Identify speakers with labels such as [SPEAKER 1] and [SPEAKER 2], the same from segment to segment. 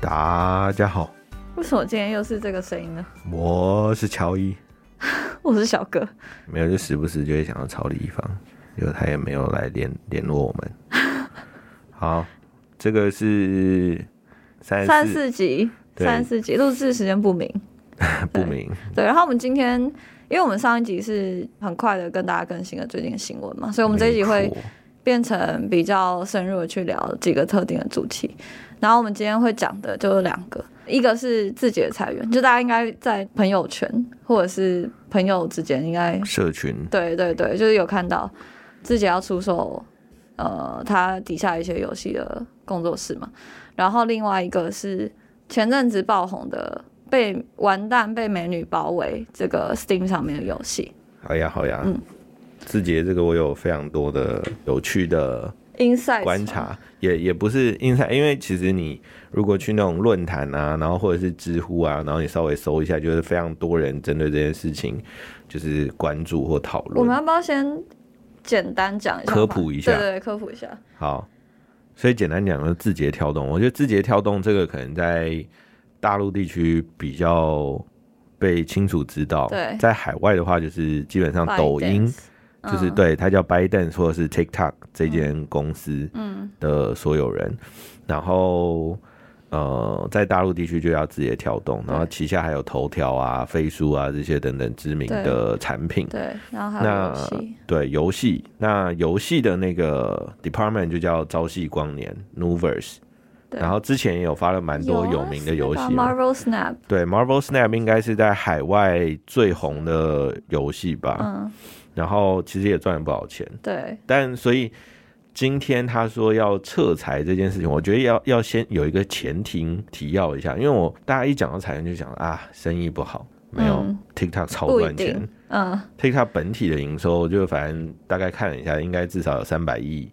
[SPEAKER 1] 大家好，
[SPEAKER 2] 为什么今天又是这个声音呢？
[SPEAKER 1] 我是乔伊，
[SPEAKER 2] 我是小哥，
[SPEAKER 1] 没有就时不时就会想要吵李易芳，因为他也没有来联联络我们。 好，这个是三
[SPEAKER 2] 三
[SPEAKER 1] 四
[SPEAKER 2] 四集，
[SPEAKER 1] 对
[SPEAKER 2] 三四集，录制时间不明。
[SPEAKER 1] 不明，
[SPEAKER 2] 对，然后我们今天，因为我们上一集是很快的跟大家更新了最近的新闻嘛，所以我们这一集会
[SPEAKER 1] 没错
[SPEAKER 2] 变成比较深入的去聊几个特定的主题。然后我们今天会讲的就是两个，一个是自己的裁员，就大家应该在朋友圈或者是朋友之间应该
[SPEAKER 1] 社群
[SPEAKER 2] 对对对，就是有看到自己要出售，呃，他底下一些游戏的工作室嘛。然后另外一个是前阵子爆红的被完蛋被美女包围这个 Steam 上面的游戏
[SPEAKER 1] 好呀好呀
[SPEAKER 2] 嗯，
[SPEAKER 1] 字节这个我有非常多的有趣的
[SPEAKER 2] Inside
[SPEAKER 1] 观察，也也不是 inside，因为其实你如果去那种论坛啊，然后或者是知乎啊，然后你稍微搜一下，就是非常多人针对这件事情就是关注或讨
[SPEAKER 2] 我们
[SPEAKER 1] 论。
[SPEAKER 2] 要不要先简单讲一下吧？
[SPEAKER 1] 科普一下
[SPEAKER 2] 对对，科普一下。
[SPEAKER 1] 好，所以简单讲就是字节跳动，我觉得字节跳动这个可能在大陆地区比较被清楚知道
[SPEAKER 2] 对，
[SPEAKER 1] 在海外的话就是基本上抖音。
[SPEAKER 2] ByteDance，
[SPEAKER 1] 就是
[SPEAKER 2] 嗯
[SPEAKER 1] 对，它叫 ByteDance 或者是 TikTok 这间公司
[SPEAKER 2] 嗯
[SPEAKER 1] 的所有人，然后呃，在大陆地区就要字节跳动，然后
[SPEAKER 2] 对
[SPEAKER 1] 旗下还有头条啊、飞书啊这些等等知名
[SPEAKER 2] 对
[SPEAKER 1] 的产品。
[SPEAKER 2] 对，然后还有游
[SPEAKER 1] 那
[SPEAKER 2] 戏，
[SPEAKER 1] 对游戏，那游戏的那个 department 就叫朝夕光年 Nuverse，
[SPEAKER 2] 对啊
[SPEAKER 1] 然后之前也有发了蛮多有名的游戏啊嘛，
[SPEAKER 2] Marvel Snap，
[SPEAKER 1] 对 Marvel Snap 应该是在海外最红的游戏吧，
[SPEAKER 2] 嗯，
[SPEAKER 1] 然后其实也赚了不少钱。
[SPEAKER 2] 对，
[SPEAKER 1] 但所以今天他说要撤裁这件事情，我觉得要要先有一个前提提要一下，因为我大家一讲到裁员就想啊，生意不好，没有、
[SPEAKER 2] 嗯
[SPEAKER 1] TikTok 超
[SPEAKER 2] 不一
[SPEAKER 1] 赚钱
[SPEAKER 2] 定，嗯，
[SPEAKER 1] ，TikTok 本体的营收就反正大概看了一下，应该至少有三百亿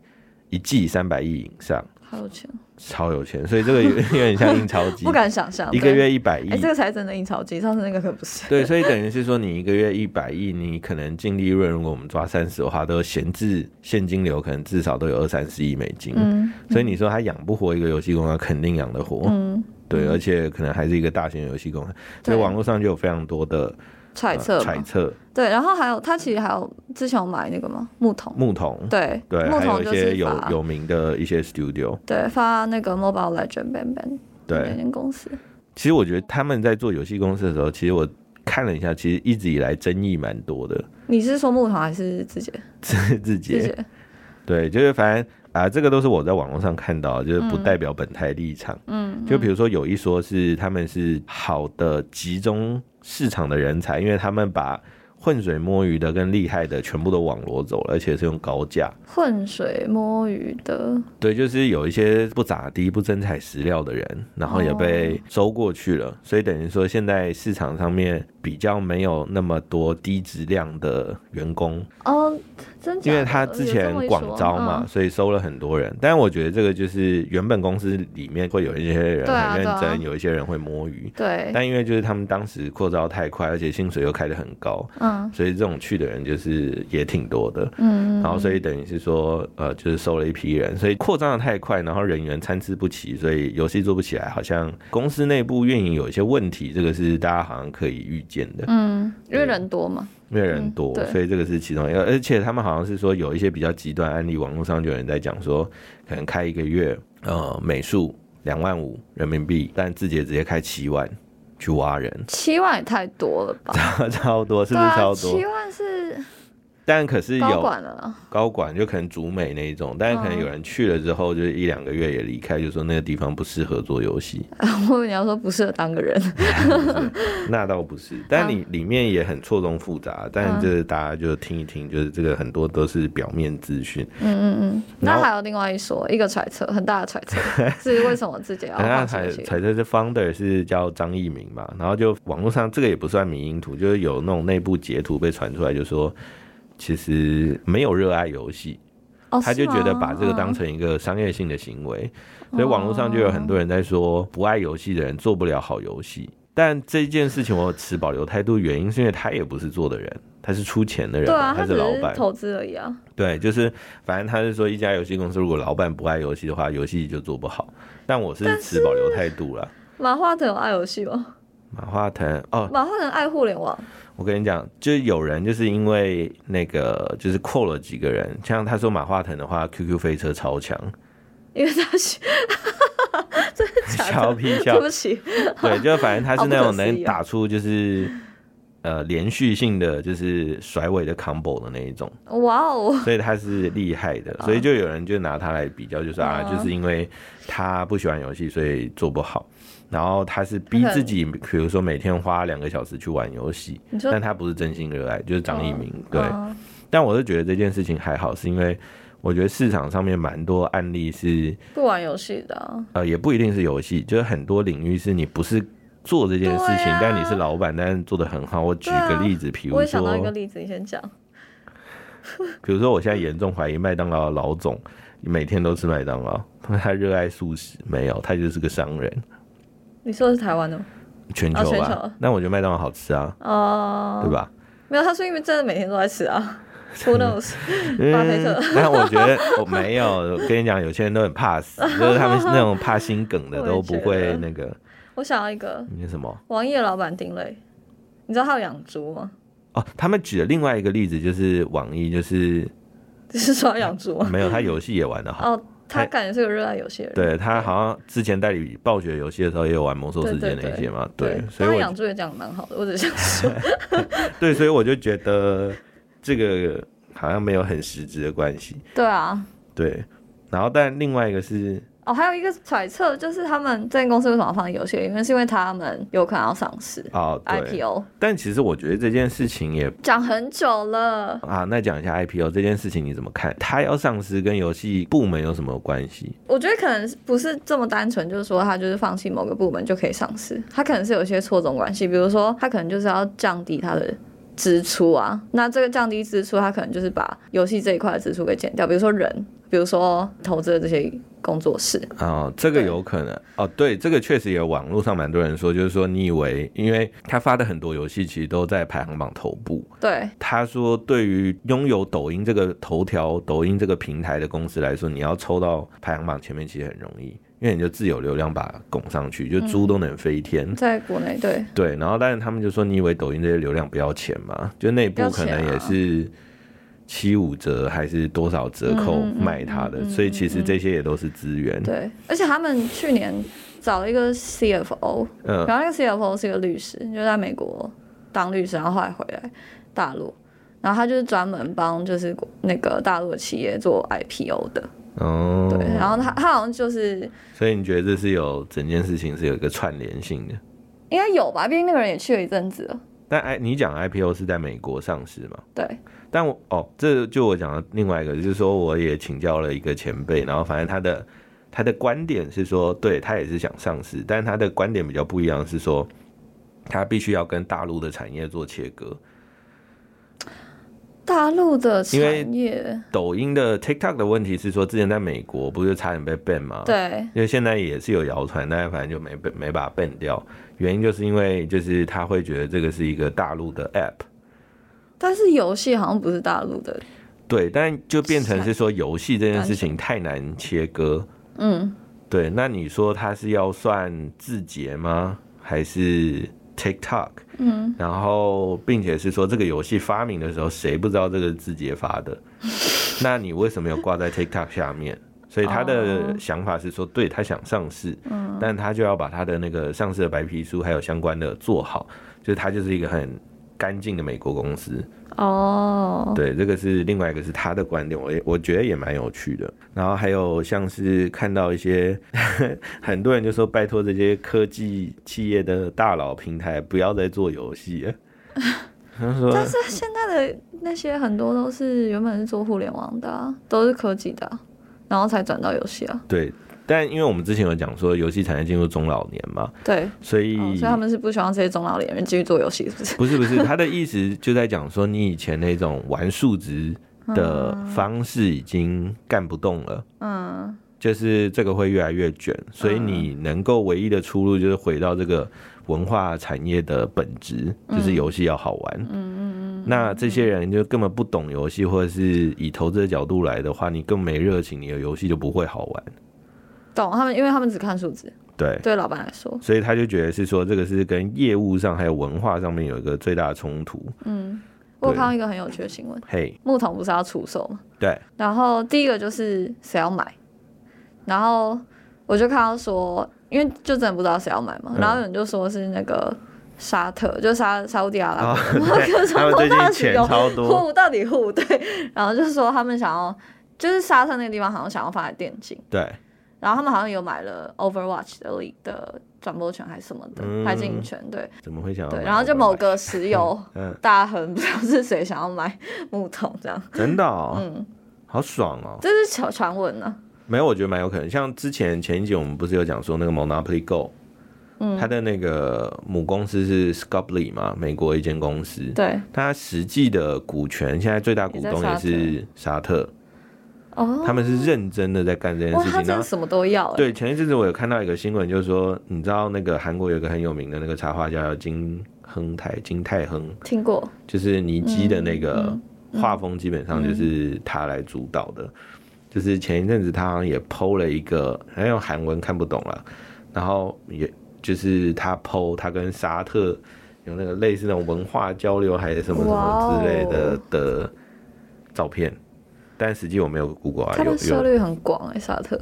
[SPEAKER 1] 一季三百亿以上，
[SPEAKER 2] 好有钱，
[SPEAKER 1] 超有钱，所以这个有有点像印钞机
[SPEAKER 2] 不，敢想象，
[SPEAKER 1] 一个
[SPEAKER 2] 对
[SPEAKER 1] 月一百亿
[SPEAKER 2] 哎、。这个才真的印钞机，上次那个可不 是。
[SPEAKER 1] 对，所以等于是说，你一个月一百亿，你可能净利润，如果我们抓三十的话，都闲置现金流可能至少都有二三十亿美金。
[SPEAKER 2] 嗯
[SPEAKER 1] 所以你说他养不活一个游戏公司，肯定养得活，
[SPEAKER 2] 嗯，
[SPEAKER 1] 对，而且可能还是一个大型游戏公司，所以
[SPEAKER 2] 对
[SPEAKER 1] 网络上就有非常多的
[SPEAKER 2] 揣
[SPEAKER 1] 呃
[SPEAKER 2] 测嘛、
[SPEAKER 1] 揣测
[SPEAKER 2] 对，然后还有他其实还有之前有买那个嘛木桶，
[SPEAKER 1] 木桶，
[SPEAKER 2] 对
[SPEAKER 1] 对，
[SPEAKER 2] 木
[SPEAKER 1] 还有
[SPEAKER 2] 桶
[SPEAKER 1] 一
[SPEAKER 2] 就
[SPEAKER 1] 些
[SPEAKER 2] 是
[SPEAKER 1] 有
[SPEAKER 2] 发
[SPEAKER 1] 有名的一些 studio，
[SPEAKER 2] 对发那个 Mobile Legend Ban Ban 那
[SPEAKER 1] 对，
[SPEAKER 2] 间公司，
[SPEAKER 1] 其实我觉得他们在做游戏公司的时候，其实我看了一下，其实一直以来争议蛮多的，
[SPEAKER 2] 你是说木桶还是自己？
[SPEAKER 1] 自自
[SPEAKER 2] 自
[SPEAKER 1] 己
[SPEAKER 2] 己
[SPEAKER 1] 对，就是反正啊、这个都是我在网络上看到的，就是不代表本台立场。
[SPEAKER 2] 嗯，
[SPEAKER 1] 就比如说有一说是他们是好的集中市场的人才，因为他们把浑水摸鱼的跟厉害的全部都网罗走了，而且是用高价。
[SPEAKER 2] 浑水摸鱼的，
[SPEAKER 1] 对，就是有一些不咋地、不真材实料的人，然后也
[SPEAKER 2] 哦
[SPEAKER 1] 被收过去了，所以等于说现在市场上面比较没有那么多低质量的员工，
[SPEAKER 2] 哦，真假
[SPEAKER 1] 因
[SPEAKER 2] 的
[SPEAKER 1] 为他之前广招
[SPEAKER 2] 嗯
[SPEAKER 1] 嘛，，所以收了很多人。但我觉得这个就是原本公司里面会有一些人
[SPEAKER 2] 对啊
[SPEAKER 1] 很认
[SPEAKER 2] 对啊
[SPEAKER 1] 真，有一些人会摸鱼。
[SPEAKER 2] 有这么一说嗯对，
[SPEAKER 1] 但因为就是他们当时扩招太快，而且薪水又开得很高，
[SPEAKER 2] 嗯
[SPEAKER 1] 所以这种去的人就是也挺多的。
[SPEAKER 2] 嗯，
[SPEAKER 1] 然后所以等于是说，呃，就是收了一批人，所以扩张的太快，然后人员参差不齐，所以游戏做不起来，好像公司内部运营有一些问题，这个是大家好像可以预见的，
[SPEAKER 2] 嗯，因为人多嘛，
[SPEAKER 1] 因为人多
[SPEAKER 2] 嗯，对
[SPEAKER 1] 所以这个是其中一个。而且他们好像是说有一些比较极端案例，网络上就有人在讲说，可能开一个月，呃，美术两万五人民币，但字节直接开七万去挖人。
[SPEAKER 2] 七万也太多了吧？
[SPEAKER 1] 超多，是
[SPEAKER 2] 对
[SPEAKER 1] 不是
[SPEAKER 2] 啊，
[SPEAKER 1] 超多？
[SPEAKER 2] 七万是
[SPEAKER 1] 但可是
[SPEAKER 2] 高
[SPEAKER 1] 有
[SPEAKER 2] 管了啦，
[SPEAKER 1] 高管就可能主美那一种，但是可能有人去了之后，就是一两个月也离开，就说那个地方不适合做游 戏。
[SPEAKER 2] 我以为你要说不适合当个人，
[SPEAKER 1] 那倒不是，但
[SPEAKER 2] 嗯
[SPEAKER 1] 你里面也很错综复杂。但这大家就听一听，就是这个很多都是表面资讯。
[SPEAKER 2] 嗯嗯嗯，
[SPEAKER 1] 然
[SPEAKER 2] 那
[SPEAKER 1] 后
[SPEAKER 2] 还有另外一说，一个揣测，很大的 揣测是为什么自己要
[SPEAKER 1] 然后
[SPEAKER 2] 换
[SPEAKER 1] 哎彩
[SPEAKER 2] 游戏？
[SPEAKER 1] 彩色是 founder 是叫张一鸣嘛，然后就网络上这个也不算迷因图，就是有那种内部截图被传出来，就说其实没有热爱游戏，
[SPEAKER 2] 哦
[SPEAKER 1] 他就是
[SPEAKER 2] 吗嗯
[SPEAKER 1] 觉得把这个当成一个商业性的行为，所以网络上就有很多人在说，
[SPEAKER 2] 哦
[SPEAKER 1] 不爱游戏的人做不了好游戏。但这件事情我持保留态度，原因是因为他也不是做的人，他是出钱的人
[SPEAKER 2] 对
[SPEAKER 1] 嘛，
[SPEAKER 2] 啊，
[SPEAKER 1] 他
[SPEAKER 2] 他只
[SPEAKER 1] 老
[SPEAKER 2] 是
[SPEAKER 1] 板。
[SPEAKER 2] 投资而已啊，
[SPEAKER 1] 对，就是反正他是说，一家游戏公司如果老板不爱游戏的话，游戏就做不好。但我是持保留态度了，
[SPEAKER 2] 马化腾有爱游戏吗？
[SPEAKER 1] 马化腾哦，
[SPEAKER 2] 马化腾爱互联网，
[SPEAKER 1] 我跟你讲，就是有人就是因为那个就是扣了几个人，像他说马化腾的话，QQ 飞车超强，
[SPEAKER 2] 因为他学， 真的假
[SPEAKER 1] 笑
[SPEAKER 2] 的？
[SPEAKER 1] 屁笑
[SPEAKER 2] 对，不起，
[SPEAKER 1] 对，就反正他是那
[SPEAKER 2] 好
[SPEAKER 1] 种
[SPEAKER 2] 不可思议
[SPEAKER 1] 能
[SPEAKER 2] 哦
[SPEAKER 1] 打出就是呃连续性的就是甩尾的 combo 的那一种，
[SPEAKER 2] 哇哦，
[SPEAKER 1] 所以他是厉害
[SPEAKER 2] 啊
[SPEAKER 1] 的，所以就有人就拿他来比较，就是啊，
[SPEAKER 2] 嗯
[SPEAKER 1] 就是因为他不喜欢游戏，所以做不好。然后他是逼自己，比如说每天花两个小时去玩游戏，
[SPEAKER 2] 你说
[SPEAKER 1] 但他不是真心热爱，就是张一鸣。对，
[SPEAKER 2] 嗯
[SPEAKER 1] 但我是觉得这件事情还好，是因为我觉得市场上面蛮多案例是，
[SPEAKER 2] 不玩游戏的啊、
[SPEAKER 1] 呃，也不一定是游戏，就是很多领域是你不是做这件事情，
[SPEAKER 2] 对啊
[SPEAKER 1] 但你是老板，但是做的很好。我举
[SPEAKER 2] 对
[SPEAKER 1] 个
[SPEAKER 2] 啊
[SPEAKER 1] 例子，比如
[SPEAKER 2] 我也想到一个
[SPEAKER 1] 说，
[SPEAKER 2] 例子，你先讲。
[SPEAKER 1] 比如说我现在严重怀疑麦当劳的老总每天都吃麦当劳，他热爱素食，没有，他就是个商人，
[SPEAKER 2] 你说的是台湾的吗？
[SPEAKER 1] 全
[SPEAKER 2] 哦
[SPEAKER 1] 球
[SPEAKER 2] 全球
[SPEAKER 1] 吧。那我觉得麦当劳好吃啊，
[SPEAKER 2] 哦、
[SPEAKER 1] 对吧？
[SPEAKER 2] 没有，他说因为真的每天都在吃 啊。Who knows？巴菲特
[SPEAKER 1] 嗯， 但我觉得我没有，我跟你讲，有些人都很怕死，就是他们那种怕心梗的
[SPEAKER 2] 我也
[SPEAKER 1] 都不
[SPEAKER 2] 觉
[SPEAKER 1] 会
[SPEAKER 2] 得
[SPEAKER 1] 那个
[SPEAKER 2] 我想要一个
[SPEAKER 1] 那什么。
[SPEAKER 2] 王爷老板丁磊，你知道他有养猪吗？
[SPEAKER 1] 哦，他们举了另外一个例子，就是网易，就是
[SPEAKER 2] 你 是说他养 猪吗？
[SPEAKER 1] 没有他游戏也玩的好，
[SPEAKER 2] 哦，他感觉是个热爱游戏的人。
[SPEAKER 1] 对他好像之前代理暴雪游戏的时候也有玩魔兽世界那一些嘛，对，所以
[SPEAKER 2] 他
[SPEAKER 1] 我
[SPEAKER 2] 养猪也讲得蛮好的，我只想说，
[SPEAKER 1] 对，所以我就觉得这个好像没有很实质的关系，
[SPEAKER 2] 对啊。
[SPEAKER 1] 对。然后，但另外一个是，
[SPEAKER 2] 哦，还有一个揣测就是他们这间公司为什么要放游戏？因为是因为他们有可能要上市
[SPEAKER 1] 哦，对，
[SPEAKER 2] IPO，
[SPEAKER 1] 但其实我觉得这件事情也
[SPEAKER 2] 讲很久了。
[SPEAKER 1] 啊，那讲一下 IPO 这件事情你怎么看？它要上市跟游戏部门有什么关系？
[SPEAKER 2] 我觉得可能不是这么单纯，就是说他就是放弃某个部门就可以上市，他可能是有一些错综关系，比如说他可能就是要降低他的支出啊，那这个降低支出，他可能就是把游戏这一块的支出给减掉，比如说人，比如说投资的这些工作室，
[SPEAKER 1] 哦，这个
[SPEAKER 2] 对
[SPEAKER 1] 有可能哦，对，这个确实也有网络上蛮多人说，就是说你以为，因为他发的很多游戏其实都在排行榜头部。
[SPEAKER 2] 对
[SPEAKER 1] 他说，对于拥有抖音这个头条、抖音这个平台的公司来说，你要抽到排行榜前面其实很容易，因为你就自有流量把它拱上去，就猪都能飞天。
[SPEAKER 2] 在国内对
[SPEAKER 1] 对，然后但是他们就说，你以为抖音这些流量不要钱吗？就内
[SPEAKER 2] 不
[SPEAKER 1] 部
[SPEAKER 2] 要
[SPEAKER 1] 可
[SPEAKER 2] 钱
[SPEAKER 1] 能也
[SPEAKER 2] 啊
[SPEAKER 1] 是七五折还是多少折扣
[SPEAKER 2] 嗯嗯嗯
[SPEAKER 1] 卖它的，
[SPEAKER 2] 嗯嗯
[SPEAKER 1] 所以其
[SPEAKER 2] 嗯
[SPEAKER 1] 实
[SPEAKER 2] 嗯
[SPEAKER 1] 这些也都是资源。
[SPEAKER 2] 对，而且他们去年找了一个 CFO，
[SPEAKER 1] 嗯，
[SPEAKER 2] 然后那个 CFO 是一个律师，就在美国当律师，然后后来回来大陆，然后他就是专门帮就是国那个大陆的企业做 IPO 的，
[SPEAKER 1] 哦，
[SPEAKER 2] 对，啊然后他他好像就是
[SPEAKER 1] 所以你觉得这是有整件事情是有一个串联性的？
[SPEAKER 2] 应该有吧，毕竟那个人也去了一阵子了，
[SPEAKER 1] 但 I 你讲 IPO 是在美国上市嘛？
[SPEAKER 2] 对，
[SPEAKER 1] 但我哦，这就我讲的另外一个，就是说我也请教了一个前辈，然后反正他的他的观点是说，对他也是想上市，但他的观点比较不一样，是说他必须要跟大陆的产业做切割。
[SPEAKER 2] 大陆的
[SPEAKER 1] 因为
[SPEAKER 2] 产业，
[SPEAKER 1] 抖音的 TikTok 的问题是说，之前在美国不是差点被 ban 吗？
[SPEAKER 2] 对，
[SPEAKER 1] 因为现在也是有谣传，但是反正就没被没把它 ban 掉。原因就是因为就是他会觉得这个是一个大陆的 app，
[SPEAKER 2] 但是游戏好像不是大陆的，
[SPEAKER 1] 对，但就变成是说游戏这件事情太难切割。
[SPEAKER 2] 嗯，
[SPEAKER 1] 对，那你说它是要算字节吗？还是 TikTok？嗯，然后并且是说这个游戏发明的时候，谁不知道这个字节发的？ 那你为什么要挂在 TikTok 下面？所以他的想法是说，对他想上市，但他就要把他的那个上市的白皮书还有相关的做好，就是他就是一个很干净的美国公司，
[SPEAKER 2] 哦，
[SPEAKER 1] 对，这个是另外一个是他的观点，我也我觉得也蛮有趣的。然后还有像是看到一些 很多人就说，拜托这些科技企业的大佬平台不要再做游戏了。他说，
[SPEAKER 2] 但是现在的那些很多都是原本是做互联网的啊、都是科技的啊、然后才转到游戏啊，
[SPEAKER 1] 对，但因为我们之前有讲说游戏产业进入中老年嘛，
[SPEAKER 2] 对。
[SPEAKER 1] 所以、
[SPEAKER 2] 哦，所以他们是不希望这些中老年人继续做游戏，是不是？
[SPEAKER 1] 不是不是，他的意思就在讲说，你以前那种玩数值的方式已经干不动了。
[SPEAKER 2] 嗯，
[SPEAKER 1] 就是这个会越来越卷，所以你能够唯一的出路就是回到这个文化产业的本质，就是游戏要好玩。嗯嗯嗯。那这些人就根本不懂游戏，或者是以投资的角度来的话，你更没热情，你的游戏就不会好玩。
[SPEAKER 2] 懂他们，因为他们只看数字，
[SPEAKER 1] 对，
[SPEAKER 2] 对老板来说，
[SPEAKER 1] 所以他就觉得是说这个是跟业务上还有文化上面有一个最大的冲突。
[SPEAKER 2] 嗯，我有看到一个很有趣的新闻，
[SPEAKER 1] 嘿，
[SPEAKER 2] 牧童不是要出售吗？
[SPEAKER 1] 对，
[SPEAKER 2] 然后第一个就是谁要买，然后我就看到说，因为就真的不知道谁要买嘛，
[SPEAKER 1] 嗯
[SPEAKER 2] 然后有人就说是那个沙特，就沙沙烏地阿拉伯， 各
[SPEAKER 1] 他
[SPEAKER 2] 种
[SPEAKER 1] 们
[SPEAKER 2] 都
[SPEAKER 1] 啊最
[SPEAKER 2] 大
[SPEAKER 1] 近
[SPEAKER 2] 起
[SPEAKER 1] 钱
[SPEAKER 2] 有
[SPEAKER 1] 超多，
[SPEAKER 2] 互到底互对，然后就说他们想要，就是沙特那个地方好像想要发展电竞，
[SPEAKER 1] 对，
[SPEAKER 2] 然后他们好像有买了 Overwatch 的 league 的转播权还是什么的，
[SPEAKER 1] 嗯
[SPEAKER 2] 还经营权对
[SPEAKER 1] 怎么会想要买？，
[SPEAKER 2] 对，然后就某个石油
[SPEAKER 1] 嗯，
[SPEAKER 2] 大家很 不知道是谁想要买木桶这样，
[SPEAKER 1] 真的、哦，
[SPEAKER 2] 嗯，
[SPEAKER 1] 好爽哦！
[SPEAKER 2] 这是传传闻啊呢，
[SPEAKER 1] 没有，我觉得蛮有可能。像之前前一集我们不是有讲说那个 Monopoly Go，
[SPEAKER 2] 嗯
[SPEAKER 1] 它的那个母公司是 Scopely 嘛，美国一间公司，
[SPEAKER 2] 对，
[SPEAKER 1] 它实际的股权现在最大股东也是沙特，
[SPEAKER 2] 哦，
[SPEAKER 1] 他们是认真的在干这件
[SPEAKER 2] 哇，
[SPEAKER 1] 事
[SPEAKER 2] 他
[SPEAKER 1] 情。
[SPEAKER 2] 真
[SPEAKER 1] 然
[SPEAKER 2] 的
[SPEAKER 1] 后
[SPEAKER 2] 什么都要、欸，，
[SPEAKER 1] 对前一阵子我有看到一个新闻，就是说你知道那个韩国有一个很有名的那个插画家叫金亨泰，金泰亨，
[SPEAKER 2] 听过，
[SPEAKER 1] 就是尼基的那个
[SPEAKER 2] 嗯
[SPEAKER 1] 画风基本上就是他来主导的。就是前一阵子他好像也剖了一个，好像用韩文看不懂了，然后也就是他剖他跟沙特有那个类似那种文化交流还是什么什么之类的、
[SPEAKER 2] 哇哦
[SPEAKER 1] 的照片，但实际我没有 Google 啊，
[SPEAKER 2] 他
[SPEAKER 1] 有
[SPEAKER 2] 的涉
[SPEAKER 1] 有
[SPEAKER 2] 猎很广哎、欸，沙特，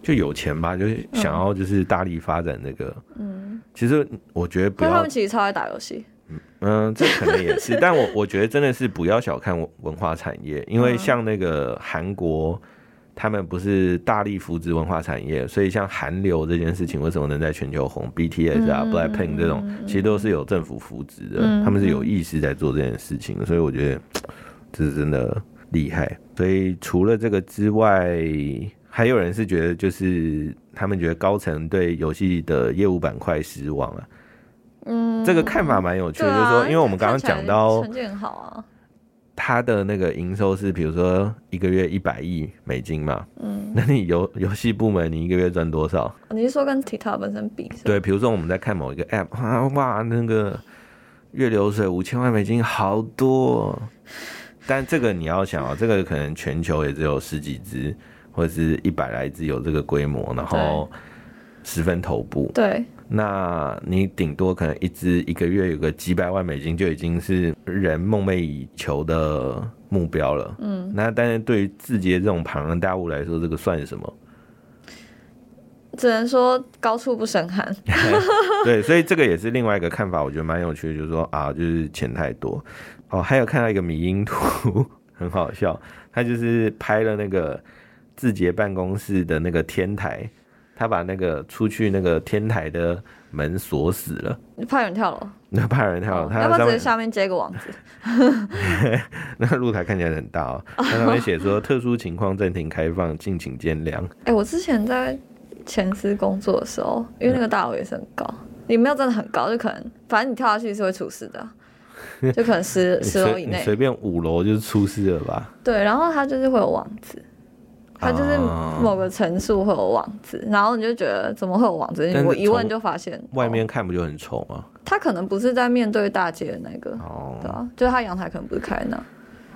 [SPEAKER 1] 就有钱吧，就是想要就是大力发展这个。
[SPEAKER 2] 嗯，
[SPEAKER 1] 其实我觉得不
[SPEAKER 2] 但他
[SPEAKER 1] 要
[SPEAKER 2] 们其实超爱打游戏，
[SPEAKER 1] 嗯，这可能也 是，但我我觉得真的是不要小看文文化产业，因为
[SPEAKER 2] 嗯
[SPEAKER 1] 像那个韩国，他们不是大力扶植文化产业，所以像韩流这件事情为什么能在全球红，BTS 啊、
[SPEAKER 2] 嗯
[SPEAKER 1] Blackpink 这种，其实都是有政府扶植的，
[SPEAKER 2] 嗯
[SPEAKER 1] 他们是有意识在做这件事情的，所以我觉得这是真的厉害。所以除了这个之外，还有人是觉得就是他们觉得高层对游戏的业务板块失望啊。
[SPEAKER 2] 嗯，
[SPEAKER 1] 这个看法蛮有趣
[SPEAKER 2] 对
[SPEAKER 1] 的，就是
[SPEAKER 2] 啊，
[SPEAKER 1] 说，因为我们刚刚讲到
[SPEAKER 2] 成绩很好啊，
[SPEAKER 1] 它的那个营收是，比如说一个月一百亿美金嘛，
[SPEAKER 2] 嗯，
[SPEAKER 1] 那你游游戏部门你一个月赚多少？
[SPEAKER 2] 哦你是说跟 TikTok 本身比是吧？
[SPEAKER 1] 对，比如说我们在看某一个 app 啊，哇，那个月流水五千万美金，好多哦、但这个你要想哦，这个可能全球也只有十几只或者是一百来只有这个规模，然后十分头部，
[SPEAKER 2] 对
[SPEAKER 1] 那你顶多可能一支一个月有个几百万美金，就已经是人梦寐以求的目标了。嗯，那但是对于字节这种庞然大物来说，这个算什么？
[SPEAKER 2] 只能说高处不胜寒。
[SPEAKER 1] 对，所以这个也是另外一个看法，我觉得蛮有趣的，就是说啊，就是钱太多。哦，还有看到一个迷因图，很好笑，他就是拍了那个字节办公室的那个天台，他把那个出去那个天台的门锁死了，
[SPEAKER 2] 你怕有人跳楼？
[SPEAKER 1] 那怕人跳，
[SPEAKER 2] 哦
[SPEAKER 1] 他
[SPEAKER 2] 要不
[SPEAKER 1] 上
[SPEAKER 2] 要直接
[SPEAKER 1] 面
[SPEAKER 2] 下面接个网子？
[SPEAKER 1] 那个露台看起来很大 哦，它上面写说特殊情况暂停开放，敬请见谅。
[SPEAKER 2] 哎、我之前在前司工作的时候，因为那个大楼也是很高，也没有真的很高，就可能反正你跳下去是会出事 的啊，就可能十
[SPEAKER 1] 你
[SPEAKER 2] 十楼
[SPEAKER 1] 随
[SPEAKER 2] 以
[SPEAKER 1] 你
[SPEAKER 2] 内。哦
[SPEAKER 1] 随便五楼就出事了吧？
[SPEAKER 2] 对，然后它就是会有网子，它就是
[SPEAKER 1] 啊
[SPEAKER 2] 某个层数会有网子，然后你就觉得怎么会有网子
[SPEAKER 1] 但？是
[SPEAKER 2] 我一问
[SPEAKER 1] 从
[SPEAKER 2] 就发现
[SPEAKER 1] 外面
[SPEAKER 2] 哦
[SPEAKER 1] 看不就很丑吗？
[SPEAKER 2] 它可能不是在面对大街的那个，对
[SPEAKER 1] 哦，
[SPEAKER 2] 啊，就是它阳台可能不是开那。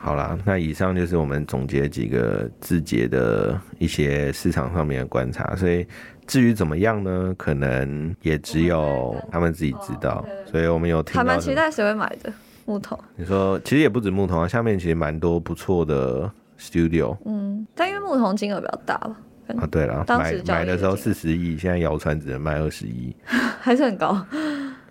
[SPEAKER 1] 好啦，那以上就是我们总结几个字节的一些市场上面的观察，所以至于怎么样呢，可能也只有他们自己知道
[SPEAKER 2] 哦。对
[SPEAKER 1] 所以我们有听
[SPEAKER 2] 还蛮
[SPEAKER 1] 到什
[SPEAKER 2] 期
[SPEAKER 1] 么，
[SPEAKER 2] 待谁会买的木头，
[SPEAKER 1] 你说其实也不止木头啊，下面其实蛮多不错的 studio。
[SPEAKER 2] 嗯，但因为木头金额比较大吧，
[SPEAKER 1] 啊，对了，
[SPEAKER 2] 嗯当
[SPEAKER 1] 买
[SPEAKER 2] 时交易
[SPEAKER 1] 买的时候
[SPEAKER 2] 的金
[SPEAKER 1] 四十亿，现在谣传只能卖二十亿。
[SPEAKER 2] 还是很高，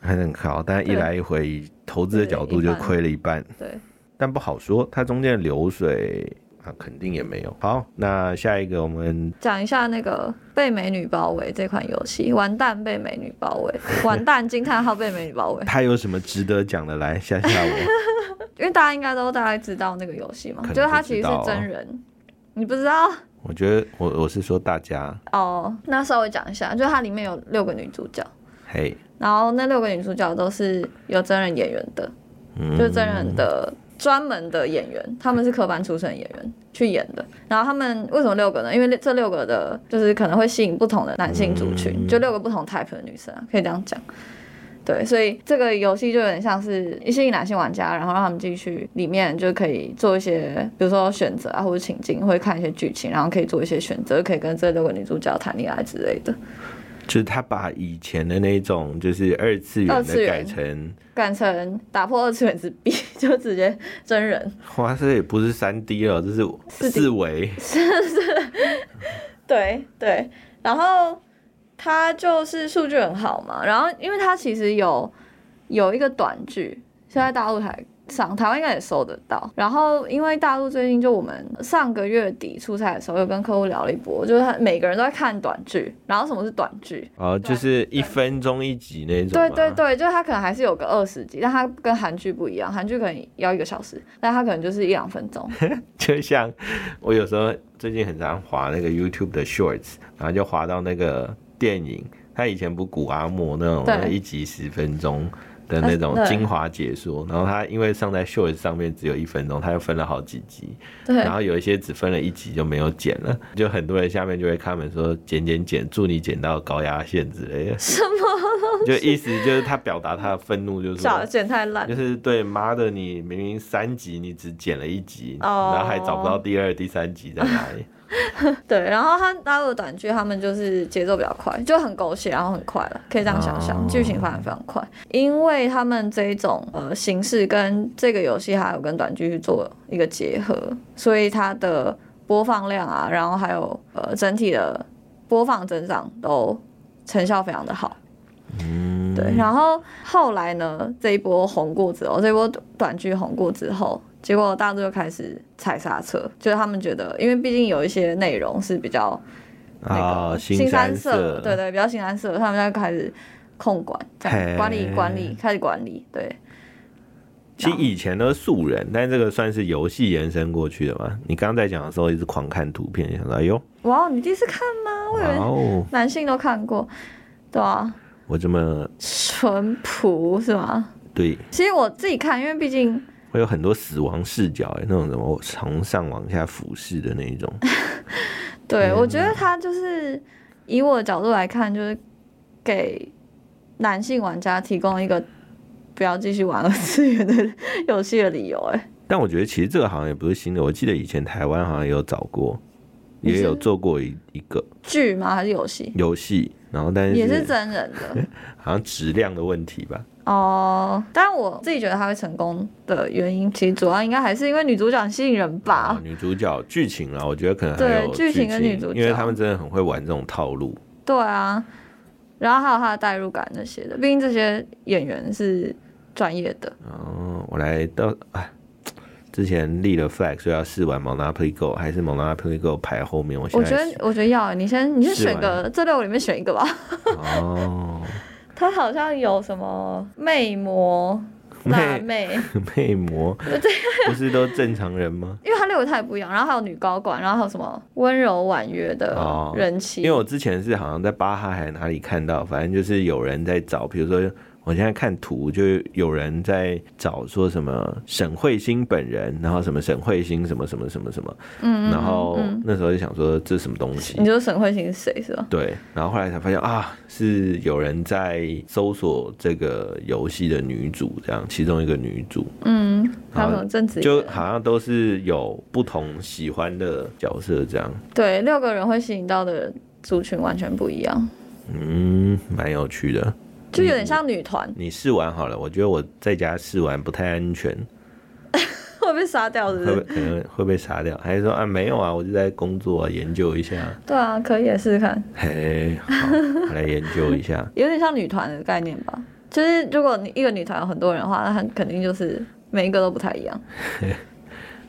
[SPEAKER 1] 还是很高，但一
[SPEAKER 2] 对
[SPEAKER 1] 来一回，以投资的角度
[SPEAKER 2] 对一
[SPEAKER 1] 就
[SPEAKER 2] 半
[SPEAKER 1] 亏了一半，
[SPEAKER 2] 对，
[SPEAKER 1] 但不好说，它中间的流水啊，肯定也没有。好，那下一个我们
[SPEAKER 2] 讲一下那个被美女包围这款游戏，完蛋被美女包 围，完蛋惊叹号被美女包 围，
[SPEAKER 1] 它有什么值得讲的来吓吓 我？
[SPEAKER 2] 因为大家应该都大概知道那个游戏嘛
[SPEAKER 1] 可，能
[SPEAKER 2] 就是它
[SPEAKER 1] 不知
[SPEAKER 2] 其实
[SPEAKER 1] 道
[SPEAKER 2] 是
[SPEAKER 1] 哦
[SPEAKER 2] 真人，你不知道
[SPEAKER 1] 我觉得我我是说大家，
[SPEAKER 2] 哦，那稍微讲一下，就是它里面有六个女主角，
[SPEAKER 1] 嘿，
[SPEAKER 2] 然后那六个女主角都是有真人演员的，
[SPEAKER 1] 嗯
[SPEAKER 2] 就是真人的专门的演员，他们是科班出身的演员去演的。然后他们为什么六个呢？因为这六个的，就是可能会吸引不同的男性族群，
[SPEAKER 1] 嗯
[SPEAKER 2] 就六个不同 type 的女生、啊，可以这样讲。对，所以这个游戏就有点像是吸引男性玩家，然后让他们进去里面就可以做一些，比如说选择啊，或者情境，会看一些剧情，然后可以做一些选择，可以跟这六个女主角谈恋爱之类的。
[SPEAKER 1] 就是他把以前的那种就是二次元
[SPEAKER 2] 二次
[SPEAKER 1] 的
[SPEAKER 2] 元
[SPEAKER 1] 改成，
[SPEAKER 2] 改成打破二次元之壁， 就直接真人。
[SPEAKER 1] 哇，这也不是三 D 了，这是
[SPEAKER 2] 四 D
[SPEAKER 1] 四维。
[SPEAKER 2] 对对，然后他就是数据很好嘛，然后因为他其实有有一个短剧，现在大陆台上，台湾应该也搜得到。然后因为大陆最近就我们上个月底出差的时候，有跟客户聊了一波，就是他每个人都在看短剧，然后什么是短剧？
[SPEAKER 1] 哦，就是一分钟一集那种。
[SPEAKER 2] 对对。对，就是他可能还是有个二十集，但他跟韩剧不一样，韩剧可能要一个小时，但他可能就是一两 分钟。
[SPEAKER 1] 就像我有时候最近很常滑那个 YouTube 的 Shorts，然后就滑到那个电影，他以前不古阿莫那
[SPEAKER 2] 对
[SPEAKER 1] 种一集十分钟的那种
[SPEAKER 2] 啊对
[SPEAKER 1] 精华解说，然后他因为上在 Shorts 上面只有一分钟，他又分了好几集，
[SPEAKER 2] 对
[SPEAKER 1] 然后有一些只分了一集就没有剪了，就很多人下面就会 comment 说剪剪剪，祝你剪到高压线之类的，
[SPEAKER 2] 什么？
[SPEAKER 1] 就意思就是他表达他的愤怒，就是说
[SPEAKER 2] 小剪太烂
[SPEAKER 1] 就。是对妈的，你明明三集你只剪了一集，
[SPEAKER 2] 哦
[SPEAKER 1] 然后还找不到第二、第三集在哪里。
[SPEAKER 2] 对，然后他大陆的短剧，他们就是节奏比较快，就很狗血，然后很快了，可以这样想象，
[SPEAKER 1] 哦
[SPEAKER 2] 剧情发展非常快。因为他们这一种呃形式跟这个游戏还有跟短剧去做一个结合，所以它的播放量啊，然后还有呃整体的播放增长都成效非常的好。
[SPEAKER 1] 嗯，
[SPEAKER 2] 对，然后后来呢，这一波红过之后，这一波短剧红过之后，结果大陆就开始踩刹车，就是他们觉得，因为毕竟有一些内容是比较那
[SPEAKER 1] 啊、
[SPEAKER 2] 个
[SPEAKER 1] 新
[SPEAKER 2] 三
[SPEAKER 1] 色，
[SPEAKER 2] 对对，比较新三色，他们就开始控管，这样
[SPEAKER 1] 嘿
[SPEAKER 2] 管理管理，开始管理，对，
[SPEAKER 1] 其实以前都是素人，但这个算是游戏延伸过去的嘛。你刚刚在讲的时候一直狂看图片，想说哎呦，
[SPEAKER 2] 哇，你第一次看吗？啊我以
[SPEAKER 1] 哇
[SPEAKER 2] 为
[SPEAKER 1] 哦，
[SPEAKER 2] 男性都看过，对啊，
[SPEAKER 1] 我这么
[SPEAKER 2] 淳朴是吗？
[SPEAKER 1] 对，
[SPEAKER 2] 其实我自己看，因为毕竟
[SPEAKER 1] 会有很多死亡视角，哎，那种什么我从上往下俯视的那一 种。
[SPEAKER 2] 对，
[SPEAKER 1] 天
[SPEAKER 2] 我觉得他就是以我的角度来看，就是给男性玩家提供一个不要继续玩二次元的 游戏的理由。哎，
[SPEAKER 1] 但我觉得其实这个好像也不是新的，我记得以前台湾好像也有找过，
[SPEAKER 2] 你
[SPEAKER 1] 也
[SPEAKER 2] 是
[SPEAKER 1] 有做过一一个
[SPEAKER 2] 剧吗？还是游戏？
[SPEAKER 1] 游戏，然后但是
[SPEAKER 2] 也是真人的
[SPEAKER 1] 好像质量的问题吧。
[SPEAKER 2] 哦，但我自己觉得他会成功的原因，其实主要应该还是因为女主角很吸引人吧
[SPEAKER 1] 啊，。女主角剧情啊啦，我觉得可能还
[SPEAKER 2] 对
[SPEAKER 1] 有
[SPEAKER 2] 剧情
[SPEAKER 1] 情
[SPEAKER 2] 跟女主角
[SPEAKER 1] 因为他们真的很会玩这种套路。
[SPEAKER 2] 对啊，然后还有他的代入感那些的，毕竟这些演员是专业的。
[SPEAKER 1] 哦，我来到哎，之前立了 flag 说要试玩《Monopoly Go》，还是《Monopoly Go》排后面。我现
[SPEAKER 2] 我
[SPEAKER 1] 在
[SPEAKER 2] 觉得，我觉得要你先，你先
[SPEAKER 1] 是
[SPEAKER 2] 选
[SPEAKER 1] 吗
[SPEAKER 2] 个这六个里面选一个吧。
[SPEAKER 1] 哦，
[SPEAKER 2] 他好像有什么魅魔、 辣妹，
[SPEAKER 1] 魅 魔不是都正常人吗？
[SPEAKER 2] 因为他六个太不一样，然后还有女高管，然后还有什么温柔婉约的
[SPEAKER 1] 哦
[SPEAKER 2] 人
[SPEAKER 1] 因
[SPEAKER 2] 妻，
[SPEAKER 1] 为我之前是好像在巴哈还哪里看到，反正就是有人在找，比如说我现在看图，就有人在找说什么沈慧欣本人，然后什么沈慧欣什么什么什么什么，
[SPEAKER 2] 嗯嗯，
[SPEAKER 1] 然后
[SPEAKER 2] 嗯
[SPEAKER 1] 那时候就想说这是什么东西
[SPEAKER 2] 你，说沈慧欣是谁是吧？
[SPEAKER 1] 对，然后后来才发现啊，是有人在搜索这个游戏的女主，这样其中一个女主
[SPEAKER 2] 嗯，还有
[SPEAKER 1] 好
[SPEAKER 2] 什么郑子
[SPEAKER 1] 就
[SPEAKER 2] 怡，
[SPEAKER 1] 好像都是有不同喜欢的角色这样，
[SPEAKER 2] 对，六个人会吸引到的族群完全不一样，
[SPEAKER 1] 嗯，蛮有趣的。
[SPEAKER 2] 就有点像女团
[SPEAKER 1] 你试完好了，我觉得我在家试完不太安全，
[SPEAKER 2] 会被杀掉，是不
[SPEAKER 1] 会
[SPEAKER 2] 是
[SPEAKER 1] 不？可能会被杀掉？还是说啊没有啊，我就在工作啊，研究一下，
[SPEAKER 2] 对啊，可以也试试看，
[SPEAKER 1] 嘿，好，我来研究一下。
[SPEAKER 2] 有点像女团的概念吧。就是如果你一个女团有很多人的话，那很肯定就是每一个都不太一样。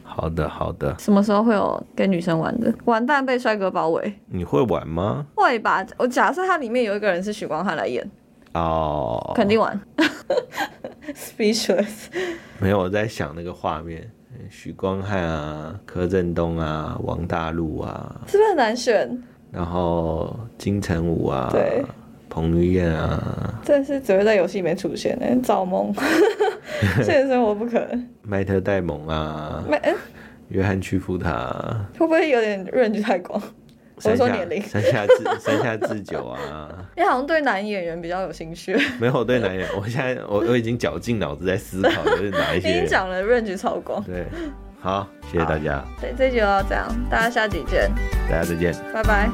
[SPEAKER 1] 好的，好的，
[SPEAKER 2] 什么时候会有给女生玩的？完蛋，被帅哥包围。
[SPEAKER 1] 你会玩吗？
[SPEAKER 2] 会吧？我假设它里面有一个人是许光汉来演，
[SPEAKER 1] 哦，
[SPEAKER 2] 肯定玩。Speechless。
[SPEAKER 1] 没有，我在想那个画面，许光汉啊、柯震东啊、王大陆啊，
[SPEAKER 2] 是不是很难选？
[SPEAKER 1] 然后金城武啊
[SPEAKER 2] 对、
[SPEAKER 1] 彭于晏啊、
[SPEAKER 2] 真的是只会在游戏里面出现呢、欸造梦， 现实生活不可能。
[SPEAKER 1] 麦特戴蒙啊、
[SPEAKER 2] 没、嗯
[SPEAKER 1] 约翰屈服塔啊、
[SPEAKER 2] 会不会有点 range 太广？我
[SPEAKER 1] 山
[SPEAKER 2] 说
[SPEAKER 1] 下
[SPEAKER 2] 年龄
[SPEAKER 1] 山下智山下智久啊，
[SPEAKER 2] 你好像对男演员比较有兴趣，
[SPEAKER 1] 没有我对男人，我现在我我已经绞尽脑汁在思考，就是哪一
[SPEAKER 2] 已
[SPEAKER 1] 些
[SPEAKER 2] 经
[SPEAKER 1] 人
[SPEAKER 2] 讲了 range 超广。
[SPEAKER 1] 对，好，谢谢大家，
[SPEAKER 2] 对，这集就到这样，大家下集见，
[SPEAKER 1] 大家再见。
[SPEAKER 2] 拜拜。